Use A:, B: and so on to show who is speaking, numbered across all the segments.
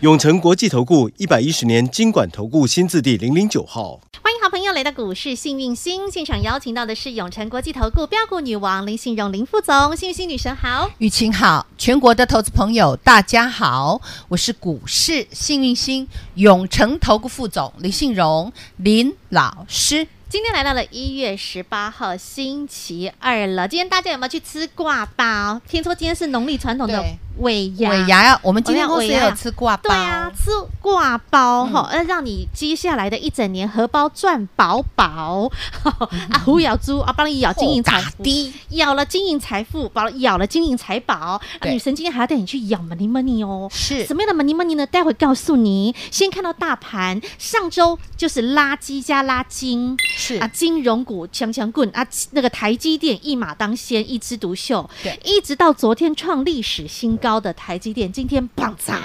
A: 永诚国际投顾一百一十年金管投顾新字第零零九号，
B: 欢迎好朋友来到股市幸运星现场，邀请到的是永诚国际投顾标股女王林信荣林副总，幸运星女神好。
C: 雨晴好，全国的投资朋友大家好，我是股市幸运星永诚投顾副总李信荣林老师。
B: 今天来到了一月十八号星期二了，今天大家有没有去吃挂包？听说今天是农历传统的
C: 对
B: 尾牙，
C: 尾牙呀，我们今天
B: 我要
C: 公司也
B: 尾牙
C: 有吃哦挂包，
B: 对啊，吃挂包
C: 嗯
B: 哈，那、让你接下来的一整年荷包赚饱饱。 啊，虎咬猪啊，帮你咬金银财
C: 厚嗯嘎
B: 富，咬了金银财富，饱咬了金银财宝。啊
C: 对
B: 女神今天还要带你去咬 money money 哦。
C: 是
B: 什么样的 money money 呢？待会告诉你。先看到大盘，上周就是垃圾加拉金。
C: 是
B: 啊，金融股强强棍啊，那个台积电一马当先，一枝独秀。
C: 对
B: 一直到昨天创历史新高的台积电，今天砰涨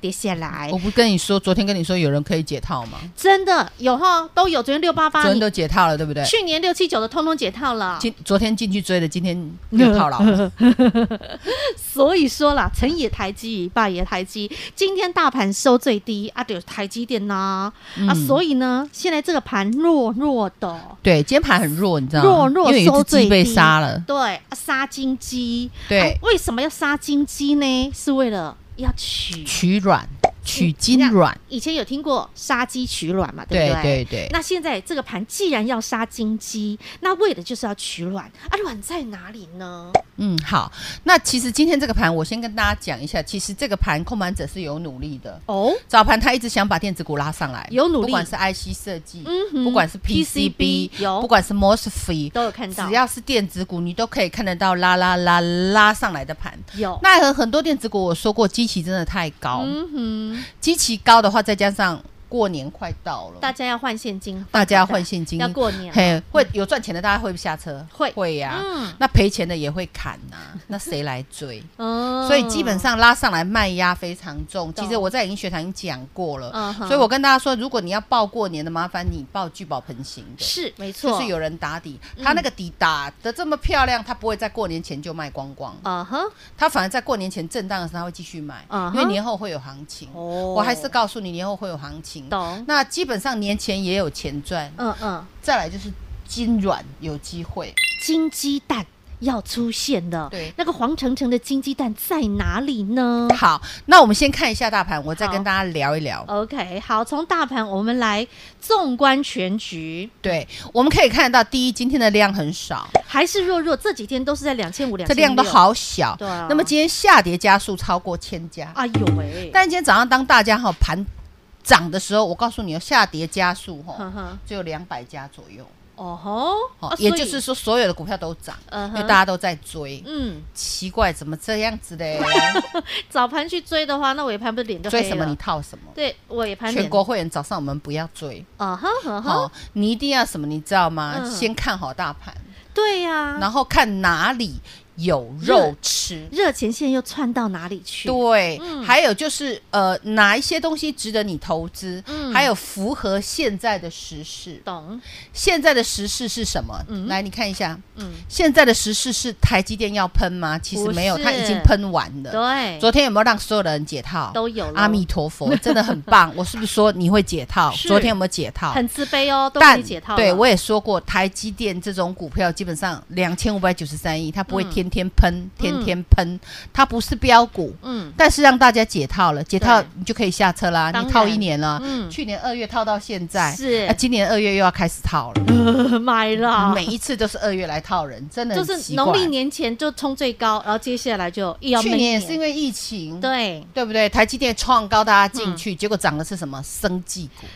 B: 跌下来
C: 我，不跟你说，昨天跟你说有人可以解套吗？
B: 真的有哈，都有。昨天六八八
C: 昨，天都解套了，对不对
B: 你？去年六七九的通通解套了。
C: 今昨天进去追的，今天又套 牢了。
B: 所以说啦，成也台积，败也台积。今天大盘收最低啊，有台积电呐、啊，
C: 嗯
B: 所以呢，现在这个盘弱弱的。
C: 对，今天盘很弱，你知道吗？
B: 弱弱
C: 嗯因为有
B: 收
C: 一只
B: 最
C: 鸡
B: 低，
C: 被杀了。
B: 对，啊杀金鸡。
C: 对
B: 啊为什么要杀金鸡呢？是为了要取
C: 取卵，
B: 嗯
C: 取精卵。。
B: 以前有听过杀鸡取卵嘛，
C: 对
B: 不对？
C: 对对
B: 那现在这个盘既然要杀金鸡，那为的就是要取卵啊，卵在哪里呢？
C: 嗯，好。那其实今天这个盘，我先跟大家讲一下，其实这个盘控盘者是有努力的。
B: 哦，
C: 早盘他一直想把电子股拉上来，
B: 有努力
C: 不管是 IC 设计，
B: 嗯哼
C: 不管是
B: PCB
C: PCB，
B: 有
C: 不管是 MOSFET，
B: 都有看到
C: 只要是电子股，你都可以看得到拉拉拉拉上来的盘。
B: 有。
C: 那很很多电子股，我说过，基期真的太高，
B: 嗯哼，
C: 基期高的话，再加上过年快到了，
B: 大家要换现金，
C: 大家要换现金，
B: 要过年了。
C: 嘿，会有赚钱的，大家会不会下车？
B: 会
C: 会呀、
B: 嗯
C: 那赔钱的也会砍呐、那谁来追？
B: 嗯
C: 所以基本上拉上来卖压非常重。
B: 懂
C: 其实我在银学堂已经讲过了，
B: 嗯哼
C: 所以我跟大家说，如果你要报过年的，麻烦你报聚宝盆型的。
B: 是没错，嗯
C: 就是有人打底，他那个底打的这么漂亮，他不会在过年前就卖光光，
B: 啊哈，
C: 他反而在过年前震荡的时候他会继续买
B: 嗯，哼
C: 因为年后会有行情。
B: 哦
C: 我还是告诉你，年后会有行情。
B: 懂，
C: 那基本上年前也有钱赚，
B: 嗯嗯，
C: 再来就是金软有机会，
B: 金鸡蛋要出现了，
C: 对
B: 那个黄澄澄的金鸡蛋在哪里呢？
C: 好，那我们先看一下大盘，我再
B: 好
C: 跟大家聊一聊。
B: OK，好，从大盘我们来纵观全局，
C: 对，我们可以看得到，第一，今天的量很少，
B: 还是弱弱，这几天都是在两千五、两
C: 这量都。好小。
B: 对啊
C: 那么今天下跌加速超过千家，
B: 哎呦喂，
C: 但今天早上当大家哈盘涨的时候，我告诉你哦，下跌加速
B: 呵
C: 哈
B: 呵
C: 只有两百家左右。
B: 哦吼，
C: 哦
B: 嗯啊，
C: 也就是
B: 所以
C: 说，所有的股票都涨，
B: 嗯
C: 因
B: 哼
C: 为大家都在追。
B: 嗯，
C: 奇怪，怎么这样子嘞？
B: 早盘去追的话，那尾盘不是脸就黑
C: 追
B: 了？
C: 什么你套什么。
B: 对，啊尾盘脸
C: 全国会员早上我们不要追，
B: 啊哈啊
C: 好、
B: 哈，
C: 你一定要什么，你知道吗？
B: 嗯啊
C: 先看好大盘，
B: 对呀，
C: 然后看哪里有肉吃。
B: 热前线又窜到哪里去？
C: 对，
B: 嗯
C: 还有就是呃，哪一些东西值得你投资？
B: 嗯
C: 还有符合现在的时事。
B: 懂，
C: 现在的时事是什么？
B: 嗯
C: 来，你看一下，
B: 嗯，
C: 现在的时事是台积电要喷吗？其实
B: 不
C: 没有，
B: 是
C: 它已经喷完了。
B: 对，
C: 昨天有没有让所有的人解套？
B: 都有了
C: 阿弥陀佛， 真的很棒。我是不是说你会解套？
B: 是
C: 昨天有没有解套？
B: 很自卑哦，都
C: 但
B: 被解套了。
C: 对我也说过，台积电这种股票基本上两千五百九十三亿，它不会
B: 嗯
C: 天天喷，天天喷，它不是标股。
B: 嗯，
C: 但是让大家解套了，解套
B: 对
C: 你就可以下车啦。
B: 当
C: 你
B: 然
C: 套一年了，
B: 嗯
C: 去年二月套到现在，
B: 是
C: 啊今年二月又要开始套了。
B: 买了，
C: 每一次都是二月来套人，真的
B: 就
C: 很
B: 是
C: 奇怪
B: 农历。年前就冲最高，然后接下来就一摇
C: 去
B: 没
C: 年也是因为疫情，
B: 对，嗯
C: 对不对？台积电创高，大家进去，结果涨的是什么？生技股。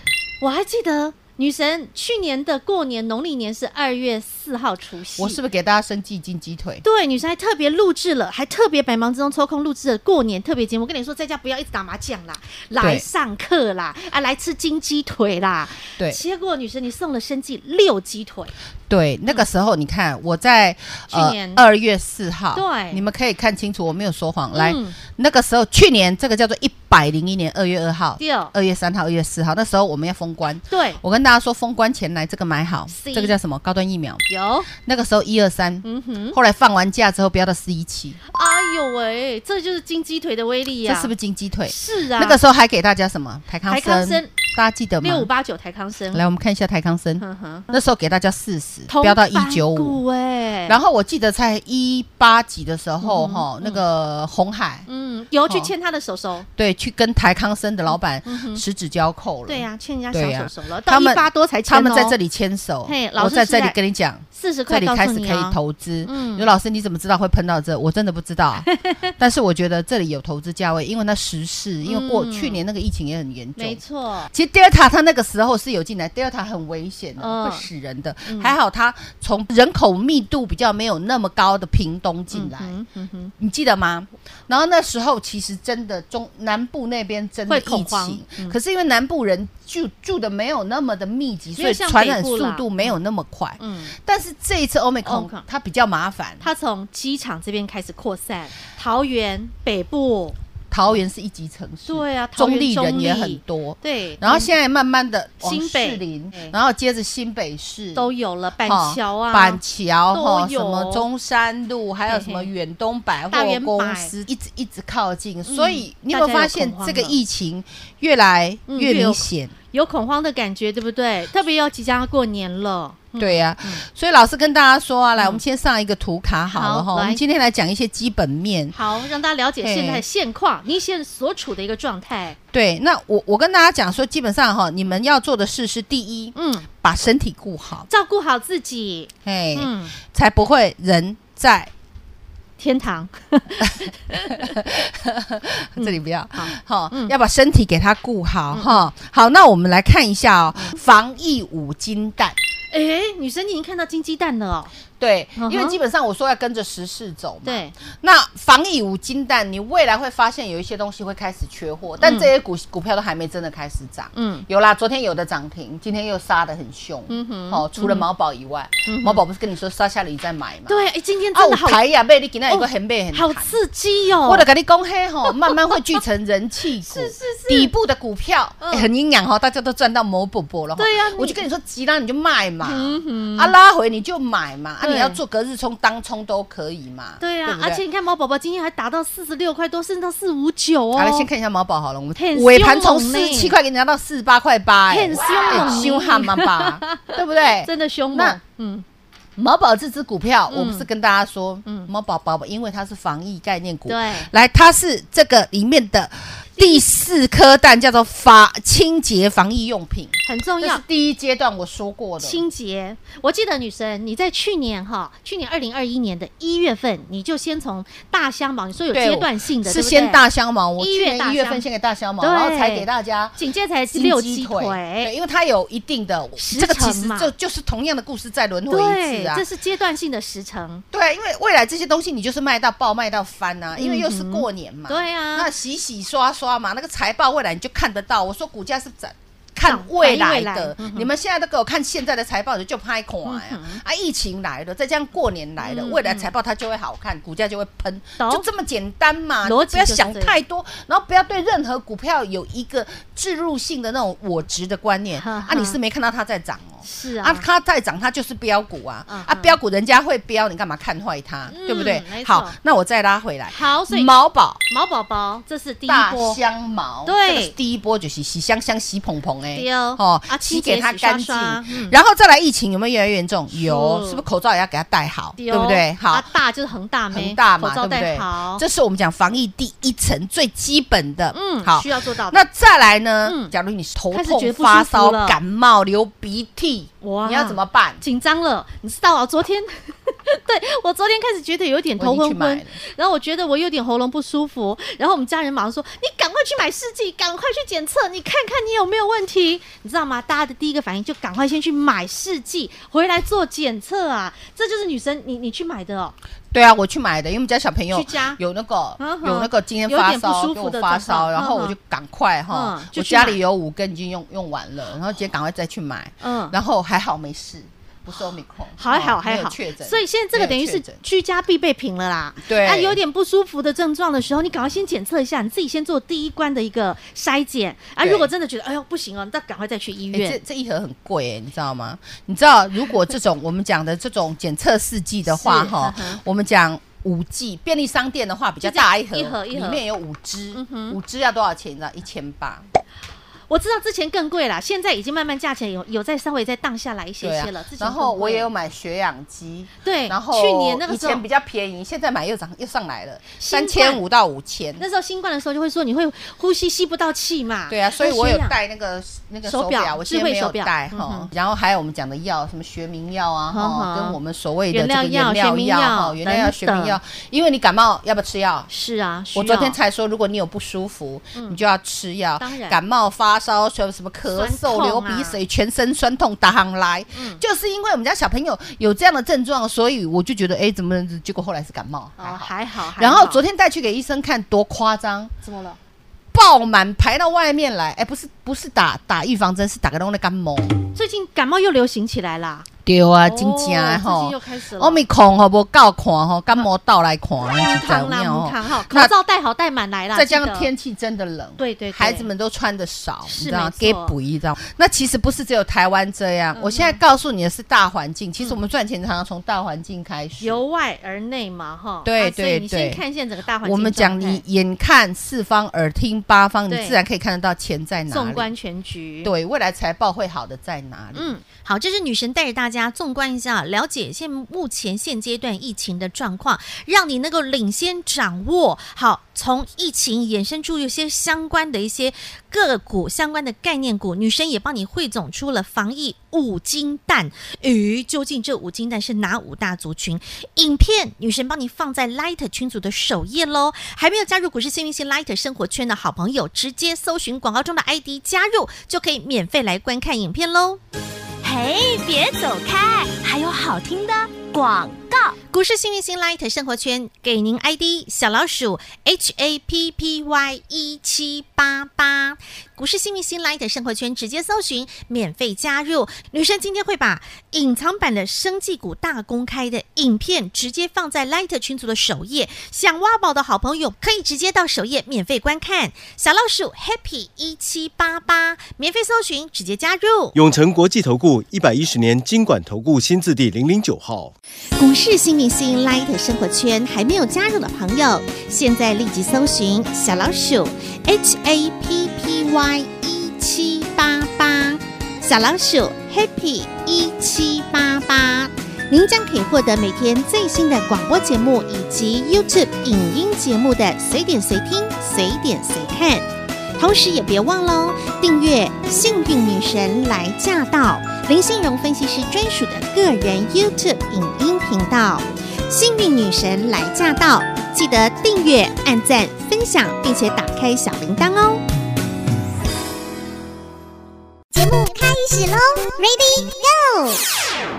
B: 我还记得女神去年的过年农历年是二月四号除夕，
C: 我是不是给大家生鸡筋鸡腿？
B: 对，女生还特别录制了，还特别百忙之中抽空录制了过年特别节目。我跟你说，在家不要一直打麻将啦，来上课啦，啊，来吃金鸡腿啦。
C: 对
B: 结果女生你送了生计六鸡腿，
C: 对，那个时候你看我在呃
B: 去年
C: 二月四号，
B: 对
C: 你们可以看清楚，我没有说谎。来，
B: 嗯
C: 那个时候去年这个叫做一百零一年二月二号、
B: 对哦
C: 二月三号、二月四号，那时候我们要封关。
B: 对，
C: 我跟大家说，封关前来这个买好，
B: 是
C: 这个叫什么高端疫苗？
B: 有，
C: 那个时候一二三，
B: 嗯哼，
C: 后来放完假之后飙到四一七，
B: 哎呦喂，这就是金鸡腿的威力
C: 这
B: 呀、
C: 是不是金鸡腿？
B: 是啊，
C: 那个时候还给大家什么台康
B: 台康
C: 生
B: 生，
C: 大家记得吗
B: 六？嗯五八九台康生，
C: 来，我们看一下台康生，
B: 哼哼，
C: 那时候给大家四十，
B: 同
C: 飙到一
B: 板
C: 九五。
B: 股哎，
C: 然
B: 后
C: 后我记得在一八级的时候，
B: 嗯
C: 哈、
B: 嗯
C: 那个红海、
B: 嗯，有去
C: 哦
B: 牵他的手手，
C: 对去跟台康生的老板
B: 嗯哼
C: 十指交扣了，
B: 对、呀、欠人家
C: 对
B: 小
C: 呀
B: 手手了，
C: 他
B: 到一
C: 们
B: 八多才签哦，
C: 他们在这里牵手
B: 嘿，老
C: 我
B: 师
C: 在
B: 是
C: 这里
B: 在
C: 跟你讲。
B: 四十
C: 这
B: 块
C: 里
B: 告
C: 开
B: 诉
C: 始
B: 你、
C: 可以
B: 哦，
C: 投资，
B: 嗯
C: 刘老师你怎么知道会喷到这？我真的不知道， 但是我觉得这里有投资价位，因为那时事，因为过
B: 嗯
C: 去年那个疫情也很严重
B: 没，错，
C: 其实 Delta 它那个时候是有进来，Delta 很危险的，
B: 嗯
C: 会死人的。还好它从人口密度比较没有那么高的屏东进来，
B: 嗯哼嗯哼
C: 你记得吗？然后那时候其实真的中南部那边真的
B: 会
C: 疫
B: 恐慌嗯
C: 情，可是因为南部人住住的没有那么的密集，
B: 没
C: 所
B: 有
C: 以
B: 像
C: 传染
B: 北部
C: 速
B: 啦
C: 度没有那么快。
B: 嗯，
C: 但是这一次 Omicron
B: Omicron
C: 它比较麻烦，它
B: 它从机场这边开始扩散，桃园北部，
C: 桃园是一级城市，
B: 对啊，桃
C: 中
B: 园
C: 立
B: 中
C: 人也
B: 立
C: 很多。
B: 对，
C: 然后现在慢慢的往
B: 新北
C: 士林
B: 对，
C: 然后接着新北市
B: 都有了板
C: 哈
B: 桥啊，
C: 板桥哈，
B: 都
C: 什
B: 有
C: 么中山路，还有什么
B: 嘿嘿
C: 远东百
B: 大
C: 货
B: 圆
C: 公
B: 百嗯
C: 司，一直一直靠近。所以你有
B: 大家
C: 没有
B: 有
C: 发现
B: 恐慌
C: 这个
B: 了
C: 疫情越来
B: 嗯
C: 越
B: 越有
C: 明显？
B: 有恐慌的感觉，对不对？特别要即将要过年了，嗯
C: 对呀、所以老师跟大家说啊，来，我们先上一个图卡好了哈。
B: 好
C: 我
B: 来
C: 们今天来讲一些基本面。
B: 好，让大家了解现在
C: 嘿
B: 的现况，你现在所处的一个状态，
C: 对，那我我跟大家讲说，基本上哈，你们要做的事是第一，
B: 嗯，
C: 把身体顾好，
B: 照顾好自己，
C: 哎、
B: 嗯，
C: 才不会人在
B: 天 堂，
C: 这里不要，好、
B: 嗯
C: 要把身体给它顾好哈、好，那我们来看一下哦，防疫五金蛋。
B: 哎，女生你已经看到金鸡蛋了哦，
C: 对，
B: 嗯哼
C: 因为基本上我说要跟着时事走嘛。，
B: 对，
C: 那防疫五金蛋，你未来会发现有一些东西会开始缺货，但这些股、股票都还没真的开始涨。
B: 嗯
C: 有啦，昨天有的涨停，今天又杀的很凶。
B: 嗯哼嗯
C: 哦，除了毛宝以外，毛宝不是跟你说杀下来你再买吗？，
B: 对，哎，今天
C: 啊，
B: 真
C: 有
B: 的好
C: 台呀，被你今天有个很背很
B: 好
C: 惨
B: 刺激哦，
C: 我的跟你讲，嘿吼， 慢慢会聚成人气 股，是是是，底部的股票、
B: 嗯
C: 欸很营养哦，大家都赚到某宝宝了吼。
B: 对呀
C: 我就跟你说，急拉你就卖嘛，
B: 嗯
C: 啊拉回你就买嘛，啊
B: 对
C: 你要做隔日冲、当冲都可以嘛。
B: 对啊，
C: 不
B: 而且你看猫宝宝今天还达到四十六块多，甚至到四五九哦。
C: 好来先看一下毛宝好了，我们
B: 很
C: 尾盘从
B: 凶
C: 四
B: 猛
C: 十
B: 呢
C: 七块给你拿到四十八块八，哎
B: 很凶猛呢
C: 凶悍嘛吧， 对不对？
B: 真的凶
C: 哎那
B: 猛，嗯，
C: 毛宝这只股票，
B: 嗯
C: 我不是跟大家说，
B: 嗯
C: 毛宝宝，因为它是防疫概念股，
B: 对
C: 来，它是这个里面的第四颗蛋，叫做防清洁防疫用品，
B: 很重
C: 这
B: 要
C: 是。第一阶段我说过的，
B: 清洁，我记得女神你在去年哈，去年二零二一年的一月份，你就先从大香茅，你说有
C: 对
B: 阶段性的，
C: 是
B: 对不对
C: 先，大香茅，我
B: 一
C: 去
B: 月
C: 年
B: 大
C: 一月
B: 香
C: 份先给大香茅，
B: 对
C: 然后才给大家。
B: 紧接着才六鸡
C: 对，
B: 腿，
C: 因为它有一定的，
B: 时
C: 这个其
B: 程
C: 实
B: 嘛
C: 就就是同样的故事再轮回一
B: 对
C: 次，啊
B: 这。是阶段性的时程，
C: 对，因为未来这些东西你就是卖到爆，卖到翻呐、因为又
B: 嗯
C: 是过年嘛。
B: 对啊
C: 那洗洗刷刷嘛，那个财报未来你就看得到。我说股价是涨。看未来
B: 反映未
C: 的
B: 来，嗯哼
C: 你们现在都给我看现在的财报，你就拍款呀！啊，疫情来了，再加上过年来了，
B: 嗯
C: 未来财报它就会好看，股价就会喷，
B: 懂
C: 就这么简单嘛！
B: 逻
C: 你
B: 辑
C: 不要
B: 就是
C: 想
B: 这样
C: 太多，然后不要对任何股票有一个置入性的那种我值的观念
B: 呵呵
C: 啊！你是没看到它在涨哦，
B: 是
C: 啊，
B: 啊，
C: 它再涨，它就是标股啊！
B: 嗯
C: 啊，
B: 嗯
C: 标股人家会标，你干嘛看坏它？
B: 嗯
C: 对不对
B: 没？错
C: 好，那我再拉回来，
B: 好，所以
C: 毛宝
B: 毛宝宝这是第一
C: 大
B: 波，
C: 香茅，
B: 对
C: 这个是第一波就是洗香香、洗蓬蓬哎
B: 对哦，啊
C: 洗
B: 清
C: 给
B: 洁
C: 它
B: 洗刷
C: 干净
B: 刷嗯，
C: 然后再来疫情有没有越来越严重？有，
B: 是
C: 是不是口罩也要给它戴好，对不对？好
B: 啊。大就是恒大没
C: 恒大
B: 口
C: 嘛，对
B: 罩
C: 不对
B: 戴好？，
C: 这是我们讲防疫第一层最基本的。
B: 嗯，
C: 好
B: 需。要做到的。
C: 那再来呢？
B: 嗯
C: 假如你是头
B: 开始觉
C: 痛、
B: 得不
C: 发
B: 舒服
C: 烧、
B: 了
C: 感冒、流鼻涕，
B: 哇
C: 你要怎么办？
B: 紧张了，你知道啊？昨天
D: 我昨天开始觉得有点头
C: 我已经
D: 昏
C: 去买
D: 昏
C: 了，
D: 然后我觉得我有点喉咙不舒服，然后我们家人马上说：“你赶快去买试剂，赶快去检测，你看看你有没有问题。”你知道吗？大家的第一个反应就赶快先去买试剂，回来做检测啊！这就是女生你你去买的哦，
C: 对啊，我去买的，因为我们家小朋友
D: 居家
C: 有那个
D: 嗯哼
C: 有那个今天发烧，
D: 有点不舒
C: 给
D: 服
C: 我
D: 的
C: 发
D: 状
C: 烧，
D: 况
C: 然后我就赶快哈
D: 嗯，就
C: 我
D: 去买
C: 家里有五根已经用用完了，然后今天赶快再去买，
D: 嗯。
C: 然后还好没事，不是 omicron，
D: 还好
C: 哦
D: 还
C: 没有
D: 好
C: 确，诊，
D: 所以现在这个等于
C: 没
D: 是
C: 有确诊
D: 居家必备品了啦。
C: 对
D: 啊，有点不舒服的症状的时候，你赶快先检测一下，你自己先做第一关的一个筛检啊。
C: 对
D: 如果真的觉得哎呦不行哦，那赶快再去医
C: 哎、
D: 院
C: 这。这一盒很贵、哎，你知道吗？你知道如果这种我们讲的这种检测试剂的话，
D: 是
C: 哈、
D: 嗯哼
C: 我们讲五 G 便利商店的话比较
D: 就这样
C: 大一盒，
D: 一盒一盒
C: 里面有五支
D: 嗯，哼
C: 五支要多少钱？你知道一千八。
D: 我知道之前更贵啦，现在已经慢慢价钱有有再稍微再荡下来一些
C: 对啊
D: 些了。之，前
C: 然后
D: 更贵
C: 我也有买血氧机，
D: 对，
C: 然后
D: 哎去年那个
C: 以
D: 时候
C: 前比较便宜，现在买又涨又上来了，
D: 新
C: 三
D: 冠
C: 千五到五千。
D: 那时候新冠的时候就会说你会呼吸吸不到气嘛，
C: 对啊，所以我有
D: 那血氧
C: 带那个那个
D: 手
C: 手
D: 表
C: 表，我
D: 智
C: 今天
D: 慧
C: 没有
D: 手表
C: 带
D: 嗯
C: 哈
D: 哼。
C: 然后还有我们讲的药，什么学名药啊，
D: 哼
C: 哈，
D: 哼
C: 跟我们所谓的这个
D: 原料药
C: 原料
D: 学名
C: 药哈，
D: 药
C: 原料药、
D: 等
C: 学名
D: 等
C: 药，因为你感冒要不要吃药？
D: 是啊，需
C: 我昨
D: 要嗯
C: 天才说，如果你有不舒服，你就要吃药
D: 当。然
C: 感冒、发烧、什么什么咳
D: 酸
C: 嗽、
D: 痛啊
C: 流鼻水、全身酸痛、打行来，
D: 嗯
C: 就是因为我们家小朋友有这样的症状，所以我就觉得，哎，怎么？结果后来是感冒，还
D: 哦
C: 好。
D: 还好，还
C: 然后
D: 好
C: 昨天带去给医生看，多夸张！
D: 怎么了？
C: 爆满排到外面来，哎、不是不是打打预防针，是打个弄的感冒。
D: 最近感冒又流行起来啦，
C: 对啊，
D: 哦
C: 真正的
D: 最近
C: 吼
D: 又，开始了。
C: 我咪看吼，无够看吼，感冒倒来看，
D: 母
C: 你知道
D: 汤
C: 有
D: 啦，
C: 没有
D: 母汤哈，
C: 哦那
D: 口罩戴好戴满来啦。
C: 再加
D: 记
C: 上
D: 得
C: 天气真的冷，
D: 对对对
C: 孩子们都穿的少，
D: 是
C: 你知道吗
D: 没
C: 给
D: 错嗯
C: 补一道。那其实不是只有台湾这样，我现在告诉你的是大环境。其实我们赚钱常常从大环境开始。
D: 由外而内嘛哈，
C: 对
D: 啊所以
C: 对
D: 你
C: 对
D: 先看现在整个大啊环境状态，
C: 我们讲你眼看四方，耳听八方，你
D: 对
C: 自然可以看得到钱在哪里。
D: 纵观全局，
C: 对未来财报会好的在哪里？
D: 嗯，
B: 好，这是女神带着大家纵观一下，了解现目前现阶段疫情的状况，让你能够领先掌握。好，从疫情衍生出一些相关的一些个股相关的概念股，女神也帮你汇总出了防疫五金蛋。咦，究竟这五金蛋是哪五大族群？影片女神帮你放在 Light 群组的首页喽。还没有加入股市幸运星 Light 生活圈的好朋友，直接搜寻广告中的 ID 加入，就可以免费来观看影片喽。
E: 嘿，别走开，还有好听的广告。
B: 股市幸运星 Light 生活圈给您 ID 小老鼠 H A P P Y 一七八八，股市幸运星 Light 生活圈直接搜寻免费加入。女生今天会把隐藏版的生技股大公开的影片直接放在 Light 群组的首页，想挖宝的好朋友可以直接到首页免费观看。小老鼠 Happy 一七八八，免费搜寻直接加入。
A: 永诚国际投顾一百一十年金管投顾新字第零零九号，
B: 股市新明星 Light 生活圈还没有加入的朋友，现在立即搜寻小老鼠 HAPPY 一 E 七八八，小老鼠 Happy 一七八八，您将可以获得每天最新的广播节目以及 YouTube 影音节目的随点随听、随点随看。同时也别忘哦喽，订阅《幸运女神来驾到》林信荣分析师专属的个人 YouTube 影音频道《幸运女神来驾到》，记得订阅、按赞、分享，并且打开小铃铛哦。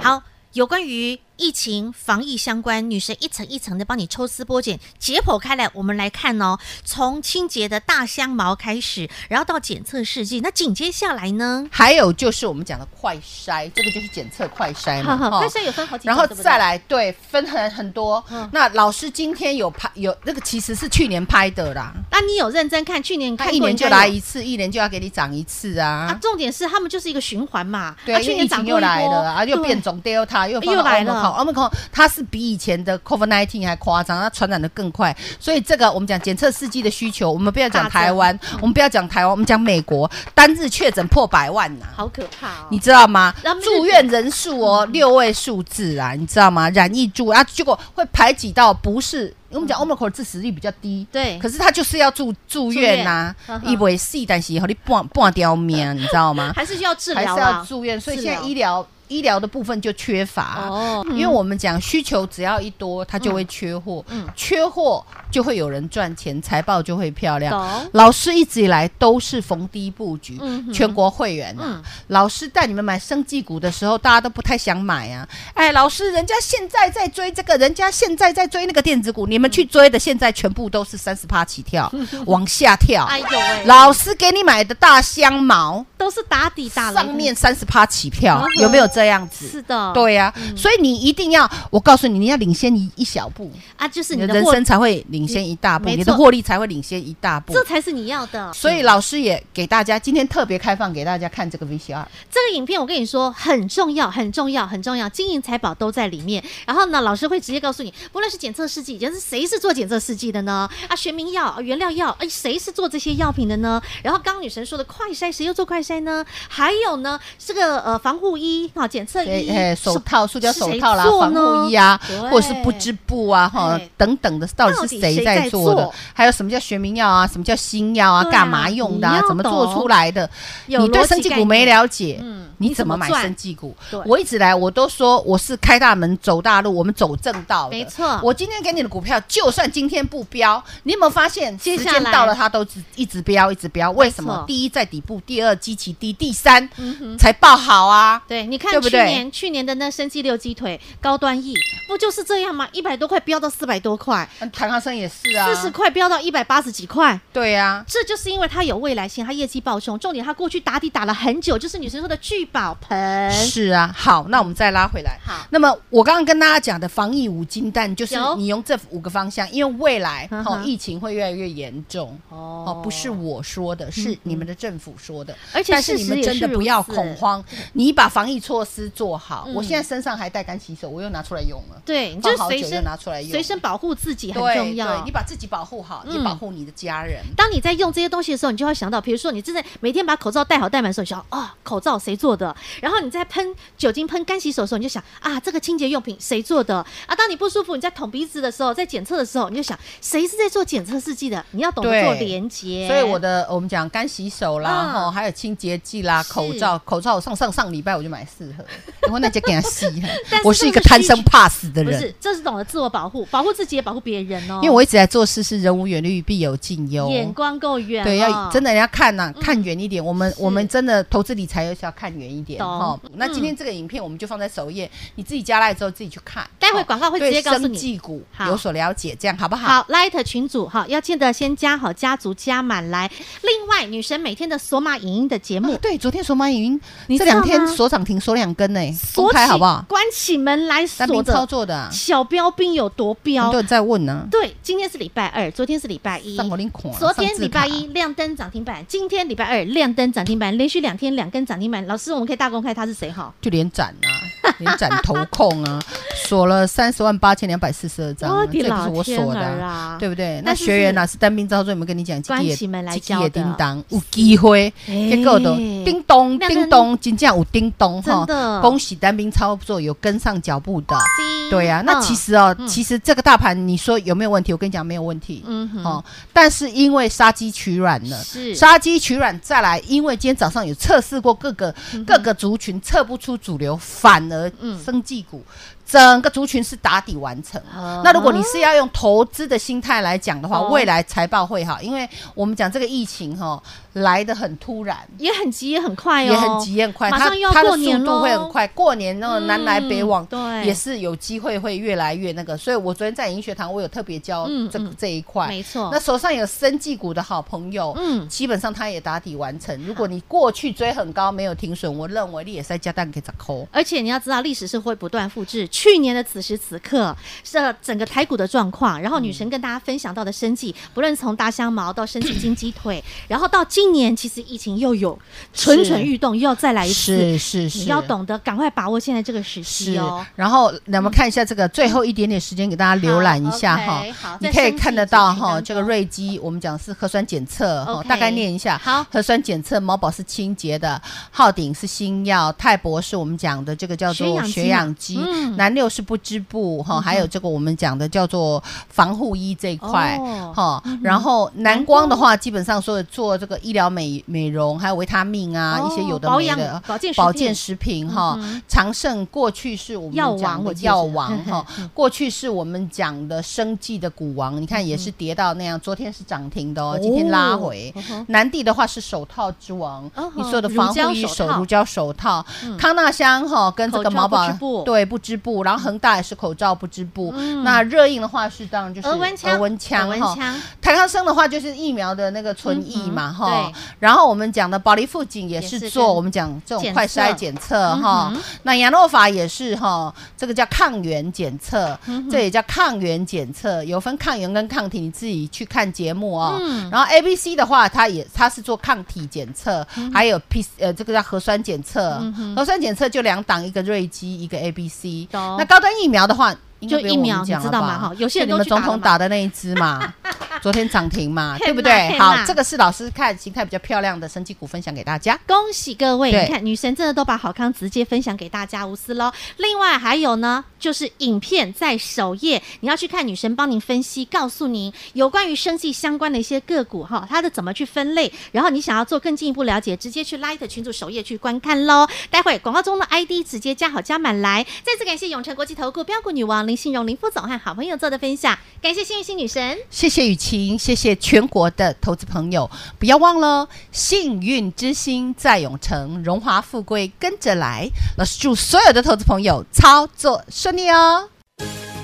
B: 好，有关于疫情防疫相关，女神一层一层的帮你抽丝剥茧、解剖开来。我们来看哦，从清洁的大香茅开始，然后到检测试剂，那紧接下来呢？
C: 还有就是我们讲的快筛，这个就是检测快筛
D: 好
C: 嘛，
D: 好，
C: 哈
D: 快筛有分好几种，
C: 哦然后
D: 对不对
C: 再来，对，分很很多
D: 嗯。
C: 那老师今天有拍有那个，其实是去年拍的啦。
D: 那你有认真看去年看
C: 他
D: 过
C: 一年就
D: 应该
C: 来
D: 有
C: 一次，一年就要给你涨一次
D: 啊
C: 啊，。
D: 重点是他们就是一个循环嘛，
C: 对，
D: 啊
C: 因
D: 去
C: 为
D: 年
C: 疫
D: 涨
C: 情
D: 过
C: 又
D: 一波嗯
C: 来了啊，又
D: 对
C: 变种 Delta，又啊
D: 又来了
C: Omicron，它是比以前的 COVID-19 还夸张，它传染的更快。所以这个我们讲检测试剂的需求，我们不要
D: 大
C: 讲
D: 增
C: 台湾，我们不要讲台湾，我们讲美国，单日确诊破百万呐、
D: 好可怕哦，
C: 你知道吗
D: 然后？日本
C: 住院人数哦，
D: 嗯
C: 六位数字啊，你知道吗？染疫住啊，结果会排挤到不是我们讲 Omicron 致死率比较
D: 嗯
C: 低，
D: 对
C: 可是他就是要住住院呐
D: 住院呵，呵
C: 以为是，但是以后你半半条命，你知道吗？
D: 还是需要治
C: 还
D: 疗
C: 是要
D: 啊，
C: 住院，所以
D: 治
C: 现在
D: 疗
C: 医疗医疗的部分就缺乏。
B: 哦，
C: 因为我们讲需求只要一多，它就会缺货，
B: 嗯嗯
C: 缺货就会有人赚钱，财报就会漂亮。
B: 懂，
C: 老师一直以来都是逢低布局，
B: 嗯哼
C: 全国会员啊。
B: 嗯
C: 老师带你们买生技股的时候，大家都不太想买啊。哎，老师，人家现在在追这个，人家现在在追那个电子股，你们去追的，现在全部都是三十趴起 跳，往下跳。
B: 哎呦喂，
C: 老师给你买的大香茅，
B: 都是打底打了
C: 上面三十趴起跳
B: 嗯，哼
C: 有没有这样子？
B: 是嗯的，
C: 对呀、所以你一定要，我告诉你，你要领先一一小步，
B: 啊，就是
C: 你
B: 你
C: 的
B: 的
C: 人
B: 获，
C: 生才会领先一大步，
B: 没错
C: 你的获利才会领先一大步
B: 这。才是你要的。
C: 所以老师也给大家今天特别开放给大家看这个 VCR，
B: 这个影片我跟你说很重要，很重要，很重要，金银财宝都在里面。然后呢，老师会直接告诉你，不论是检测试剂，就是谁是做检测试剂的呢？啊，学名药、啊原料药，哎，谁是做这些药品的呢？然后刚刚女神说的快筛，谁又做快筛呢？还有呢，这个呃防护衣啊，检测
C: 哎
B: 衣，
C: 哎，手套、塑胶
B: 是
C: 手
B: 谁
C: 套啦、
B: 做
C: 防
B: 呢
C: 护衣啊
B: 对，
C: 或者是不织布啊，哈
B: 哎，
C: 等等的，到
B: 到底
C: 底是谁
B: 谁
C: 在
B: 在
C: 做的
B: 做？
C: 还有什么叫学名药啊？什么叫新药啊？
B: 对啊
C: 干嘛用的啊
B: 你？要
C: 怎么做
B: 懂
C: 出来的？
B: 有
C: 你对
B: 逻辑
C: 生技
B: 概
C: 股没
B: 念
C: 了解，
B: 嗯
C: 你
B: 你
C: 怎
B: 怎
C: 么
B: 么
C: 买
B: 赚
C: 生技股
B: 对？
C: 我一直来我都说我是开大门走大路，我们走正道的。
B: 没错
C: 我今天给你的股票，就算今天不飙，你有没有发现时
B: 接下
C: 间
B: 来
C: 到了它都只一直飙，一直飙？为什么
B: 错？
C: 第一在底部，第二基期低，第三
B: 嗯哼
C: 才爆好啊！
B: 对，你看
C: 对
B: 去
C: 不
B: 年
C: 对
B: 去年的那生鸡六鸡腿高端 E 不就是这样吗？一百多块飙到四百多块，
C: 嗯唐康生也是啊，
B: 四十块飙到一百八十几块，
C: 对啊，
B: 这就是因为它有未来性，它业绩爆冲。重点，它过去打底打了很久，就是女生说的聚宝盆。
C: 是啊。好，那我们再拉回来。
B: 好，
C: 那么我刚刚跟大家讲的防疫五金蛋，就是
B: 有
C: 你用这五个方向，因为未来
B: 嗯
C: 哦
B: 哼
C: 疫情会越来越严重。哦
B: 哦，
C: 不是我说的，是你们的政府说的，
B: 而且
C: 但是你们
B: 事实也
C: 真
B: 是
C: 的不要
B: 如此
C: 恐慌，你把防疫措施做好。
B: 嗯
C: 我现在身上还带干洗手，我又拿出来用了。
B: 对，你
C: 放
B: 就
C: 好
B: 随
C: 久又
B: 身
C: 拿出来用，
B: 随身保护自己很
C: 对
B: 重
C: 对
B: 要
C: 你。把自己保护好，
B: 嗯
C: 也保护你的家人。
B: 当你在用这些东西的时候，你就会想到，比如说你真的每天把口罩戴好戴满的时候，你想哦，口罩谁做的？然后你在喷酒精喷干洗手的时候，你就想啊，这个清洁用品谁做的？啊，当你不舒服，你在捅鼻子的时候，在检测的时候，你就想谁是在做检测试剂的？你要懂得
C: 对
B: 做连接。
C: 所以我的我们讲干洗手啦，
B: 嗯
C: 吼，还有清洁剂啦，
B: 是
C: 口罩，口罩我上上上礼拜我就买四 盒，然后那就给他洗。
B: 但是
C: 我是一个
B: 这是
C: 贪
B: 需
C: 生怕死的
B: 不
C: 人，
B: 是，这是懂得自我保护，保护自己也保护别人哦。
C: 因为我一直在做事是人无远虑必有近忧，
B: 眼光够远、哦，
C: 对，要真
B: 的
C: 的要看呐、看远一点。我们
B: 是
C: 我们真的投资理财又是要看远一点
B: 懂嗯
C: 齁那今天这个影片我们就放在首页，你自己加来之后自己去看。
B: 待会
C: 齁
B: 广告会直接告诉
C: 对生
B: 你。
C: 技股
B: 好
C: 有所了解，这样好不好？
B: 好，Light 群组哈，要记得先加好家族加满来。另外，女神每天的索马影音的节目
C: 啊，对，昨天索马影云
B: 你
C: 这
B: 知道
C: 两天
B: 吗
C: 锁涨停锁两根呢，公
B: 锁
C: 开
B: 起
C: 好不好？
B: 关起门来
C: 单兵
B: 锁
C: 操
B: 的
C: 作的啊，
B: 小标兵有多
C: 很
B: 标
C: 多？人在问呢。
B: 对，今天是礼拜二，昨天是礼拜一。
C: 嗯上我领款，
B: 昨
C: 啊上
B: 天
C: 字
B: 礼拜
C: 卡
B: 一亮灯涨停板，今天礼拜二亮灯涨停板，连续两天两根涨停板。老师，我们可以大公开他是谁哈？
C: 就连斩啊，连斩头 控啊，锁了三十万八千两百四十二张啊，
B: 我
C: 这
B: 的
C: 也不
B: 哦老
C: 是我
B: 天
C: 锁的
B: 儿
C: 啊。
B: 啊！
C: 对不对？那
B: 但是
C: 学员呢、是单兵操作，有没有跟你讲？
B: 关
C: 这个
B: 起门来
C: 这个
B: 教的
C: 叮当有机会，
B: 哎
C: 结果都叮咚
B: 亮灯
C: 叮咚，真正有叮咚
B: 真
C: 哈！
B: 的
C: 恭喜单兵操作有跟上脚步的。
B: C，
C: 对呀、那
B: 嗯
C: 其实哦，其实这个大盘你说有没有问题？我跟你讲没有问题。
B: 嗯哼
C: 哦，但是因为杀鸡取卵了，
B: 是
C: 杀鸡取卵再来，因为今天早上有测试过各个、各个族群，测不出主流，反而
B: 嗯
C: 生技股、整个族群是打底完成。
B: 哦
C: 那如果你是要用投资的心态来讲的话，
B: 哦
C: 未来财报会好，因为我们讲这个疫情哈、来的很突然。
B: 也很急，也很快哦，
C: 也很急，也很快，
B: 马
C: 它
B: 上又要
C: 它的
B: 过
C: 速
B: 年
C: 度
B: 喽，
C: 会很快。过年那
B: 嗯
C: 南来北往，
B: 对
C: 也是有机会会越来越那个。所以我昨天在银学堂，我有特别教
B: 嗯
C: 这
B: 嗯
C: 这一块。
B: 没错
C: 那。手上有生技股的好朋友，
B: 嗯
C: 基本上他也打底完成。如果你过去追很高没有停损，我认为你也是在加蛋给砸扣。
B: 而且你要知道，历史是会不断复制。去年的此时此刻，是呃整个台股的状况，然后女
C: 嗯
B: 神跟大家分享到的生计，不论从大香茅到生计金鸡腿，然后到今年其实疫情又有蠢蠢欲动，又要再来一次。
C: 是是是，
B: 你要懂得赶快把握现在这个时
C: 是
B: 期哦。，
C: 然后那我们看一下这个最后一点点时间，给大家浏览一下哈
B: OK，好。
C: 你
B: 在
C: 可以
B: 生
C: 看
B: 技
C: 得
B: 族
C: 到
B: 群
C: 哈，
B: 当
C: 这个
B: 中
C: 瑞基我们讲是核酸检测哈，
B: OK
C: 大概念一下。
B: 好
C: 哦核酸检测毛宝是清洁的，浩鼎是新药，泰博是我们讲的这个叫
B: 血
C: 做
B: 氧机
C: 血氧机
B: 嘛嗯，
C: 男六是不织布
F: 嗯
C: 哈，还有这个我们讲的叫做防护衣这一块
F: 哦
C: 哈，然后男光的话，基本上说做这个医疗美美容，还有维他命啊
F: 哦
C: 一些有的
F: 保
C: 没
F: 养
C: 的
F: 保健食
C: 保
F: 品
C: 健食品哈
F: 嗯哼。
C: 长盛过去是我们
F: 药
C: 讲
F: 王
C: 的
F: 我记得
C: 药
F: 是
C: 王哈
F: 嗯，
C: 过去是我们讲的生计的股王，你看也是跌到那样，昨天是涨停的哦，今天拉回。
F: 嗯哼
C: 南帝的话是手套之王
F: 哦，
C: 你所有的防护衣、
F: 乳胶手
C: 手
F: 套嗯
C: 乳胶手套，康纳香哈跟这个
F: 口罩
C: 毛宝
F: 不织布
C: 对不织布，然后恒大也是口罩不织布
F: 嗯，
C: 那热映的话是当然就是
F: 额温枪，
C: 额温枪
F: 额温
C: 哈，
F: 枪，
C: 台康生的话就是疫苗的那个存疫嘛
F: 嗯哼
C: 哈
F: 对，
C: 然后我们讲的保利富锦也
F: 也
C: 是
F: 是
C: 做
F: 跟
C: 我们讲这种
F: 检
C: 快
F: 测
C: 筛检测哈
F: 嗯哼，
C: 那亚诺法也是哈，这个叫抗原检测，
F: 嗯
C: 这也叫抗原检测，有分抗原跟抗体，你自己去看节目哦。
F: 嗯
C: 然后 A B C 的话，它也它是做抗体检测，
F: 嗯
C: 还有 P 呃这个叫核酸检测，核酸检测就两档，一个瑞基，一个 A B C。
F: 懂
C: 那高端疫苗的话。应
F: 哦
C: 该
F: 就
C: 不用
F: 疫
C: 我们
F: 苗你
C: 讲
F: 知
C: 了
F: 道
C: 吧
F: 吗哈有些人
C: 就
F: 都
C: 你们
F: 去
C: 总
F: 打
C: 统
F: 了嘛
C: 打的那一支 嘛，昨天涨停嘛，对不
F: 天
C: 对？
F: 哪
C: 好
F: 天哪，
C: 这个是老师看形态比较漂亮的生技股分享给大家。
F: 恭喜各位！
C: 对
F: 你看，女神真的都把好康直接分享给大家，无私喽。另外还有呢，就是影片在首页，你要去看女神帮您分析，告诉您有关于生计相关的一些个股哈，它的怎么去分类。然后你想要做更进一步了解，直接去 Light 群组首页去观看喽。待会广告中的 ID 直接加好加满来。再次感谢永诚国际投顾标股女王林信荣林副总和好朋友做的分享，感谢幸运星女神。
C: 谢谢雨晴，谢谢全国的投资朋友，不要忘了哦，幸运之星在永城，荣华富贵跟着来。老师祝所有的投资朋友操作顺利哦。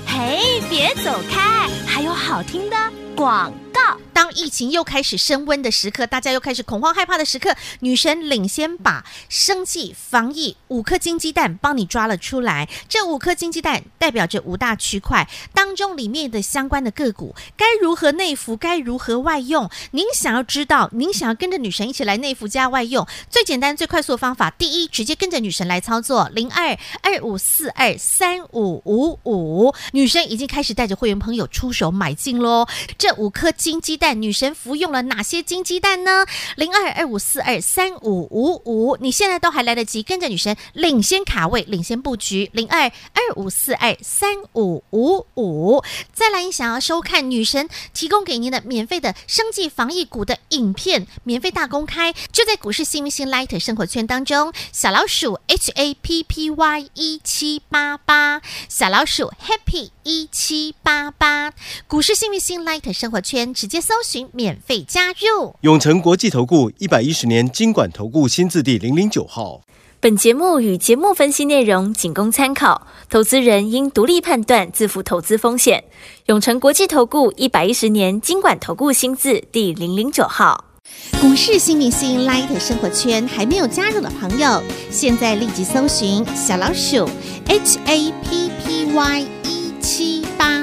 E: 嘿，别走开，还有好听的广告。
B: 当疫情又开始升温的时刻，大家又开始恐慌害怕的时刻，女神领先把生计防疫五颗金鸡蛋帮你抓了出来。这五颗金鸡蛋代表着五大区块当中里面的相关的个股，该如何内服，该如何外用？您想要知道，您想要跟着女神一起来内服加外用，最简单最快速的方法，第一，直接跟着女神来操作，零二二五四二三五五五。女神已经开始带着会员朋友出手买进喽。这五颗金鸡蛋，女神服用了哪些金鸡蛋呢？零二二五四二三五五五，你现在都还来得及，跟着女神领先卡位，领先布局，零二二五四二三五五五。再来，你想要收看女神提供给您的免费的生计防疫股的影片，免费大公开，就在股市新明星 Light 生活圈当中，小老鼠 H A P P Y 一七八八，小老鼠 Happy 一七八八，股市新明星 Light 生活圈直接搜寻免费加入。
A: 永诚国际投顾一百一十年金管投顾新字第零零九号。
G: 本节目与节目分析内容仅供参考，投资人应独立判断，自负投资风险。永诚国际投顾一百一十年经管投顾新字第零零九号。
B: 股市新明星 Light 生活圈还没有加入的朋友，现在立即搜寻小老鼠 HAPPY 一 E 七八